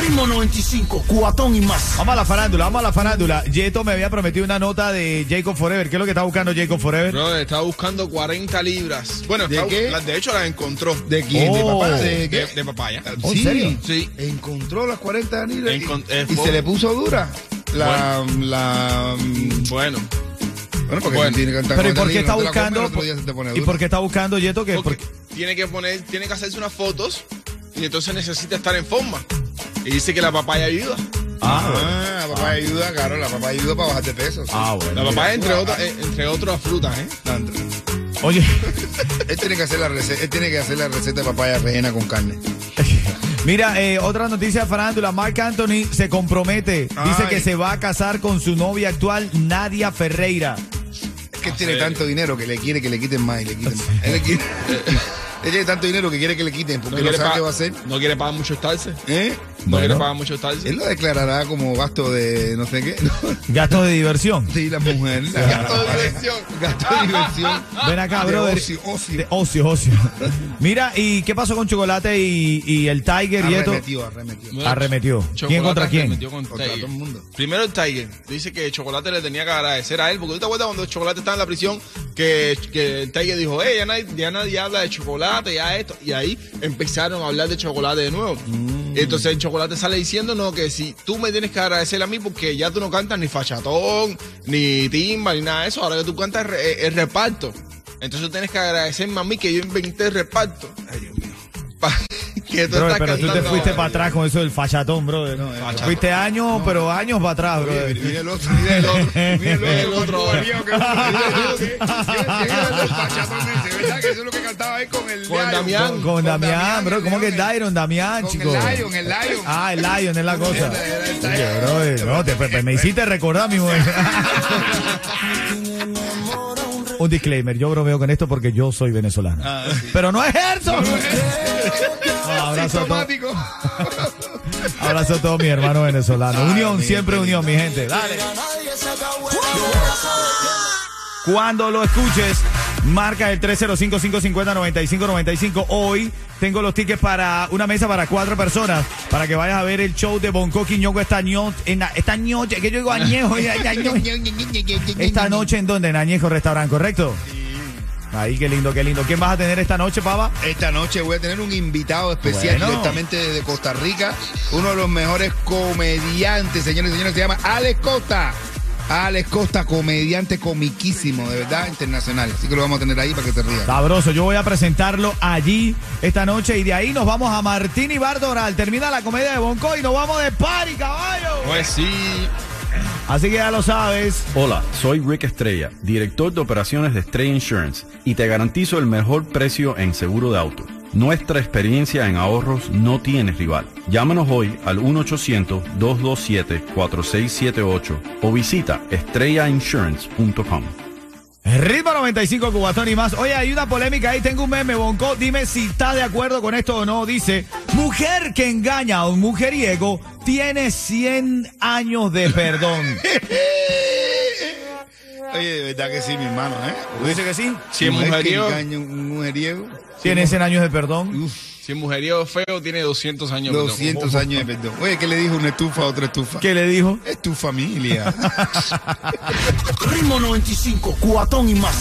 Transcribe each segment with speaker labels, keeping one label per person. Speaker 1: Ritmo 95, cuatón y más.
Speaker 2: Vamos a la farándula, vamos a la farándula. Yeto me había prometido una nota de Jacob Forever. ¿Qué es lo que está buscando Jacob Forever?
Speaker 3: Bro, estaba buscando 40 libras. Bueno,
Speaker 2: ¿De
Speaker 3: estaba-
Speaker 2: qué?
Speaker 3: las- de hecho las encontró.
Speaker 2: ¿De quién? ¿De
Speaker 3: Oh.
Speaker 2: papaya?
Speaker 3: ¿De,
Speaker 2: ¿De
Speaker 3: de, papaya.
Speaker 2: ¿Oh, ¿En serio?
Speaker 3: Sí.
Speaker 1: Encontró las 40 libras y-
Speaker 3: Encon- eh,
Speaker 1: y,
Speaker 3: fue-
Speaker 1: se le puso dura. La, la,
Speaker 3: Bueno,
Speaker 1: bueno, porque
Speaker 3: Bueno.
Speaker 1: tiene que estar
Speaker 2: Pero ¿y por
Speaker 1: 40
Speaker 2: qué está
Speaker 1: libras, te la comes,
Speaker 2: buscando?
Speaker 1: el otro día se te pone
Speaker 2: ¿Y
Speaker 1: dura.
Speaker 2: por qué está buscando Yeto que
Speaker 3: porque
Speaker 2: porque-
Speaker 3: tiene que poner, tiene que hacerse unas fotos y entonces necesita estar en forma. Y dice que la papaya ayuda.
Speaker 1: Ah, la papá ayuda, claro, la papá ayuda para bajar de peso. sí.
Speaker 2: Ah,
Speaker 3: La
Speaker 2: bueno.
Speaker 3: papaya entre
Speaker 1: Ah.
Speaker 3: otras, eh, entre otras frutas, ¿eh?
Speaker 1: No, entre-
Speaker 2: Oye,
Speaker 1: Él tiene que hacer la receta, él tiene que hacer la receta de papaya rellena con carne.
Speaker 2: mira, eh, otra noticia de farándula. Mark Anthony se compromete. Dice
Speaker 1: Ay.
Speaker 2: que se va a casar con su novia actual, Nadia Ferreira.
Speaker 1: Es que él tiene
Speaker 3: serio?
Speaker 1: tanto dinero que le quiere que le quiten más y le quiten
Speaker 2: Ah,
Speaker 1: más. Él, le quiere- él tiene tanto dinero que quiere que le quiten porque no, sabe
Speaker 3: pagar-
Speaker 1: qué va a hacer.
Speaker 3: no quiere pagar mucho estarse. No
Speaker 1: ¿Eh?
Speaker 3: quiere pagar mucho estarse.
Speaker 1: Él lo declarará como gasto de no sé qué.
Speaker 2: Gastos de diversión.
Speaker 1: Sí, la mujer. la-
Speaker 3: Gasto de diversión.
Speaker 1: Gasto de diversión.
Speaker 2: Ven acá,
Speaker 1: Ah, De
Speaker 2: brother.
Speaker 1: ocio, ocio.
Speaker 2: De ocio, ocio. Mira, ¿y qué pasó con Chocolate y, y el Tiger y esto?
Speaker 1: Arremetió, arremetió.
Speaker 3: Bueno,
Speaker 2: Arremetió.
Speaker 3: Chocolate
Speaker 2: ¿Quién contra quién?
Speaker 3: arremetió con
Speaker 1: Contra
Speaker 3: Tiger.
Speaker 1: todo el mundo.
Speaker 3: Primero el Tiger. Dice que Chocolate le tenía que agradecer a él. Porque tú te acuerdas cuando Chocolate estaba en la prisión que, que el Tiger dijo, hey, ya nadie, ya nadie habla de Chocolate, ya esto. Y ahí empezaron a hablar de Chocolate de nuevo.
Speaker 2: Mm.
Speaker 3: Entonces el Chocolate sale diciendo, no, que si tú me tienes que agradecer a mí porque ya tú no cantas ni fachatón, ni timba, ni nada de eso. Ahora que tú cantas el, re- el reparto. Entonces tienes que agradecerme a mí que yo inventé el reparto. Ay, Dios mío. Pa- que tú
Speaker 2: Brother,
Speaker 3: estás
Speaker 2: pero tú te
Speaker 3: cantando
Speaker 2: fuiste
Speaker 3: ahora.
Speaker 2: para atrás con eso del fachatón, brother.
Speaker 1: No, eh,
Speaker 2: Fuiste años, pero años para atrás,
Speaker 1: Oye,
Speaker 2: brother.
Speaker 1: Mira el otro, mira el otro, mira el otro.
Speaker 3: El otro.
Speaker 1: Mira el otro. Mira el otro. Mira el pachatón ese, ¿verdad? Que eso es lo que cantaba ahí con el
Speaker 3: Con
Speaker 1: Lion.
Speaker 3: Damián.
Speaker 2: Con, con Damián, bro.
Speaker 1: el
Speaker 2: ¿Cómo que el
Speaker 1: Lion,
Speaker 2: Dairon, Damián,
Speaker 1: Con
Speaker 2: chico?
Speaker 1: el Lion, el Lion.
Speaker 2: Ah, el Lion es la cosa.
Speaker 1: Era
Speaker 2: Oye,
Speaker 1: el Lion.
Speaker 2: brother, no, te- pe- pe- me hiciste recordar, mi mujer. Un disclaimer, yo bromeo con esto porque yo soy venezolano. Pero no ejerzo. Ah, abrazo, a todo,
Speaker 1: Sintomático.
Speaker 2: abrazo a todos mis hermanos venezolanos. Unión,
Speaker 1: mi
Speaker 2: siempre unión, mi gente. Dale. Cuando lo escuches, marca el 305-550-9595. Hoy tengo los tickets para una mesa para cuatro personas para que vayas a ver el show de Bonco Quiñongo esta noche. en la- Esta noche, que yo digo añejo. ya, ya, ya. esta noche en donde? En Añejo Restaurant, ¿correcto? Ahí, qué lindo, qué lindo. ¿Quién vas a tener esta noche, pava?
Speaker 1: Esta noche voy a tener un invitado especial
Speaker 2: Bueno.
Speaker 1: directamente desde Costa Rica, uno de los mejores comediantes, señores y señores, se llama Alex Costa. Alex Costa, comediante comiquísimo, de verdad, internacional. Así que lo vamos a tener ahí para que te rías.
Speaker 2: Sabroso, yo voy a presentarlo allí esta noche y de ahí nos vamos a Martín y Bardoral. Termina la comedia de Bonco y nos vamos de party, caballo.
Speaker 3: Pues sí.
Speaker 2: Así que ya lo sabes.
Speaker 4: Hola, soy Rick Estrella, director de operaciones de Estrella Insurance y te garantizo el mejor precio en seguro de auto. Nuestra experiencia en ahorros no tiene rival. Llámanos hoy al 1-800-227-4678 o visita estrellainsurance.com.
Speaker 2: Ritmo 95 Cubatón y más. Oye, hay una polémica ahí, tengo un meme, Bonco. Dime si estás de acuerdo con esto o no. Dice, mujer que engaña a un mujeriego tiene 100 años de perdón.
Speaker 1: Oye, de verdad que sí, mi hermano, ¿eh?
Speaker 2: ¿Tú dices que sí?
Speaker 3: Si es
Speaker 1: Mujer que
Speaker 3: mujeriego,
Speaker 1: engaña a un mujeriego,
Speaker 2: Tiene 100 años de perdón.
Speaker 3: si es mujeriego feo, tiene 200 años. perdón.
Speaker 1: 200 años de perdón. Oye, ¿qué le dijo una estufa a otra estufa?
Speaker 2: ¿Qué le dijo?
Speaker 1: Es tu familia.
Speaker 5: Ritmo 95, cuatón y más.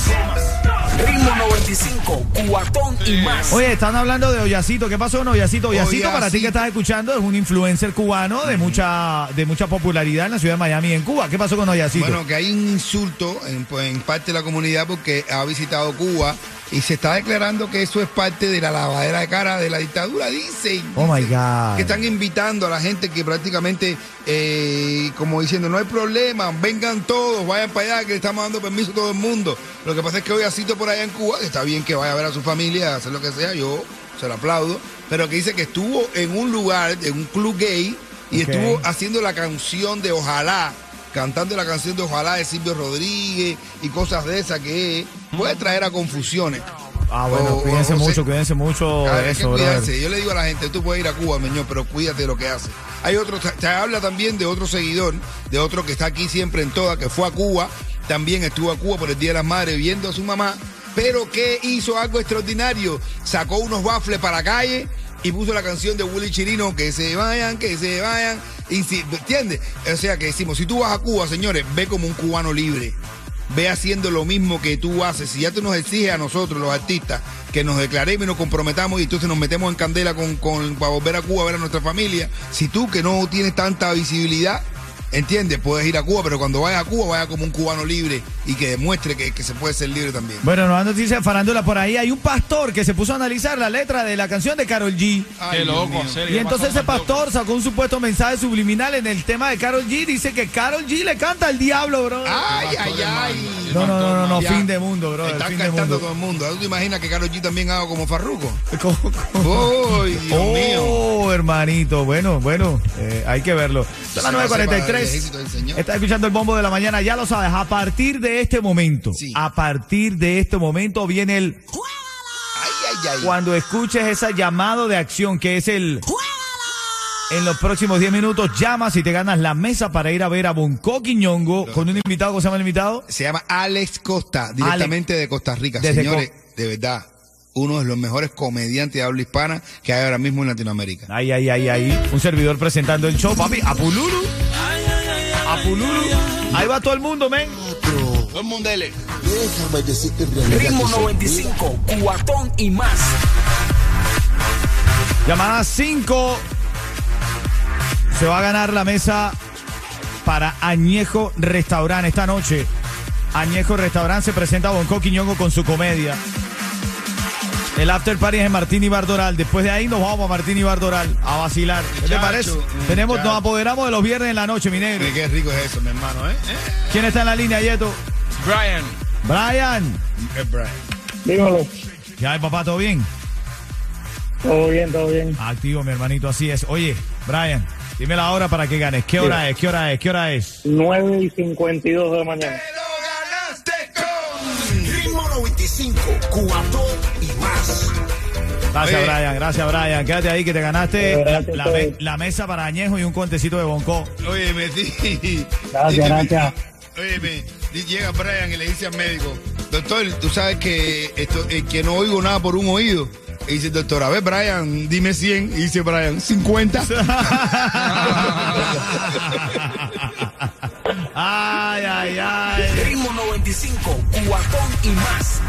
Speaker 5: Ritmo 95, cuatón y más.
Speaker 2: Oye, están hablando de Ollacito. ¿Qué pasó con Ollacito? Ollacito, para ti
Speaker 1: Ollacito.
Speaker 2: que estás escuchando, es un influencer cubano de mucha, de mucha popularidad en la ciudad de Miami y en Cuba. ¿Qué pasó con Ollacito?
Speaker 1: Bueno, que hay un insulto en, pues, en parte de la comunidad porque ha visitado Cuba y se está declarando que eso es parte de la lavadera de cara de la dictadura, dicen.
Speaker 2: Oh, my
Speaker 1: dicen,
Speaker 2: God.
Speaker 1: Que están invitando a la gente que prácticamente, eh, como diciendo, no hay problema, vengan todos, vayan para allá, que le estamos dando permiso a todo el mundo. Lo que pasa es que hoy asito por allá en Cuba, que está bien que vaya a ver a su familia, a hacer lo que sea, yo se lo aplaudo, pero que dice que estuvo en un lugar, en un club gay, y
Speaker 2: Ok.
Speaker 1: estuvo haciendo la canción de Ojalá, cantando la canción de Ojalá de Silvio Rodríguez y cosas de esas que puede traer a confusiones.
Speaker 2: Ah, bueno,
Speaker 1: O-
Speaker 2: cuídense
Speaker 1: o- o-
Speaker 2: mucho,
Speaker 1: sí.
Speaker 2: cuídense mucho
Speaker 1: Ah,
Speaker 2: de
Speaker 1: hay que
Speaker 2: eso, brother.
Speaker 1: cuidarse. Yo le digo a la gente, tú puedes ir a Cuba, meñón, pero cuídate de lo que haces. Hay otro, te, te habla también de otro seguidor, de otro que está aquí siempre en toda, que fue a Cuba, también estuvo a Cuba por el Día de las Madres viendo a su mamá, pero que hizo algo extraordinario. Sacó unos waffles para la calle y puso la canción de Willy Chirino, que se vayan, que se vayan. Y si, ¿Entiendes? O sea que decimos, si tú vas a Cuba, señores, ve como un cubano libre ve haciendo lo mismo que tú haces. Si ya tú nos exiges a nosotros, los artistas, que nos declaremos y nos comprometamos y entonces nos metemos en candela con, con, para volver a Cuba a ver a nuestra familia, si tú que no tienes tanta visibilidad, ¿entiendes? Puedes ir a Cuba, pero cuando vayas a Cuba, vaya como un cubano libre y que demuestre que, que se puede ser libre también.
Speaker 2: Bueno, nos dan noticias de farándula por ahí. Hay un pastor que se puso a analizar la letra de la canción de Carol G.
Speaker 1: Ay,
Speaker 3: Qué
Speaker 1: Dios
Speaker 3: loco,
Speaker 1: mío.
Speaker 3: en serio.
Speaker 2: Y entonces ese
Speaker 3: pasó un loco.
Speaker 2: pastor sacó un supuesto mensaje subliminal en el tema de Carol G. Dice que Carol G le canta al diablo, bro.
Speaker 1: Ay, ay, ay.
Speaker 2: no, no, no, no, no,
Speaker 1: Ya.
Speaker 2: fin de mundo, bro.
Speaker 1: Están
Speaker 2: Fin de
Speaker 1: cantando
Speaker 2: mundo.
Speaker 1: todo el mundo. ¿Tú te imaginas que Karol G también haga como Farruko?
Speaker 2: ¿Cómo, cómo?
Speaker 1: ¡Ay, Dios mío!
Speaker 2: Oh, hermanito, bueno, bueno, eh, hay que verlo. Son las
Speaker 1: Se va a separar el
Speaker 2: 9.43.
Speaker 1: ejército del Señor.
Speaker 2: Estás escuchando el bombo de la mañana, ya lo sabes. A partir de este momento,
Speaker 1: Sí.
Speaker 2: a partir de este momento viene el
Speaker 1: ¡Ay, ay, ay!
Speaker 2: cuando escuches esa llamado de acción que es el en los próximos 10 minutos llamas y te ganas la mesa para ir a ver a Bonco Quiñongo con un invitado, ¿cómo se llama el invitado?
Speaker 1: Se llama Alex Costa, directamente de Costa Rica.
Speaker 2: Desde
Speaker 1: Señores, de verdad, uno de los mejores comediantes de habla hispana que hay ahora mismo en Latinoamérica.
Speaker 2: Ay, ay, ay, ay. Un servidor presentando el show, papi. A Puluru. A Puluru. Ahí va todo el mundo, men.
Speaker 3: Todo el mundo dele.
Speaker 6: Déjame decirte en realidad
Speaker 5: Ritmo
Speaker 6: que soy
Speaker 5: 95, cuatón y más.
Speaker 2: Llamada 5. Se va a ganar la mesa para Añejo Restaurant esta noche. Añejo Restaurant se presenta a Bonco Quiñongo con su comedia. El after party es en Martín y Bardoral. Después de ahí nos vamos a Martín y Bardoral a vacilar. ¿Qué te
Speaker 1: Muchacho,
Speaker 2: parece?
Speaker 1: muchacho.
Speaker 2: Tenemos, nos apoderamos de los viernes en la noche, mi negro.
Speaker 1: Mire, Qué rico es eso, mi hermano, ¿eh? ¿Eh?
Speaker 2: ¿Quién está en la línea, Yeto?
Speaker 3: Brian.
Speaker 2: Brian.
Speaker 1: Es Eh, Brian.
Speaker 7: Dímelo,
Speaker 2: ¿Qué hay, papá? ¿Todo bien?
Speaker 7: todo bien, todo bien.
Speaker 2: Activo, mi hermanito, así es. Oye, Brian, dime la hora para que ganes. ¿Qué hora es? ¿Qué hora es? ¿Qué hora es?
Speaker 7: 9 y 52 de la mañana.
Speaker 5: Ritmo 95, cuatón y más.
Speaker 2: Gracias,
Speaker 1: Oye.
Speaker 2: Brian. Gracias, Brian. Quédate ahí que te ganaste la,
Speaker 7: De verdad que
Speaker 2: la
Speaker 7: estoy-
Speaker 2: me- la mesa para Añejo y un cuentecito de Bonco.
Speaker 1: Oye, me di-
Speaker 7: Gracias, gracias.
Speaker 1: Oye, me di- llega Brian y le dice al médico, doctor, tú sabes que, esto, eh, que no oigo nada por un oído. Y dice, doctor, a ver, Brian, dime 100. Y dice, Brian, 50.
Speaker 2: ay, ay, ay.
Speaker 5: Ritmo 95, cuatón y más.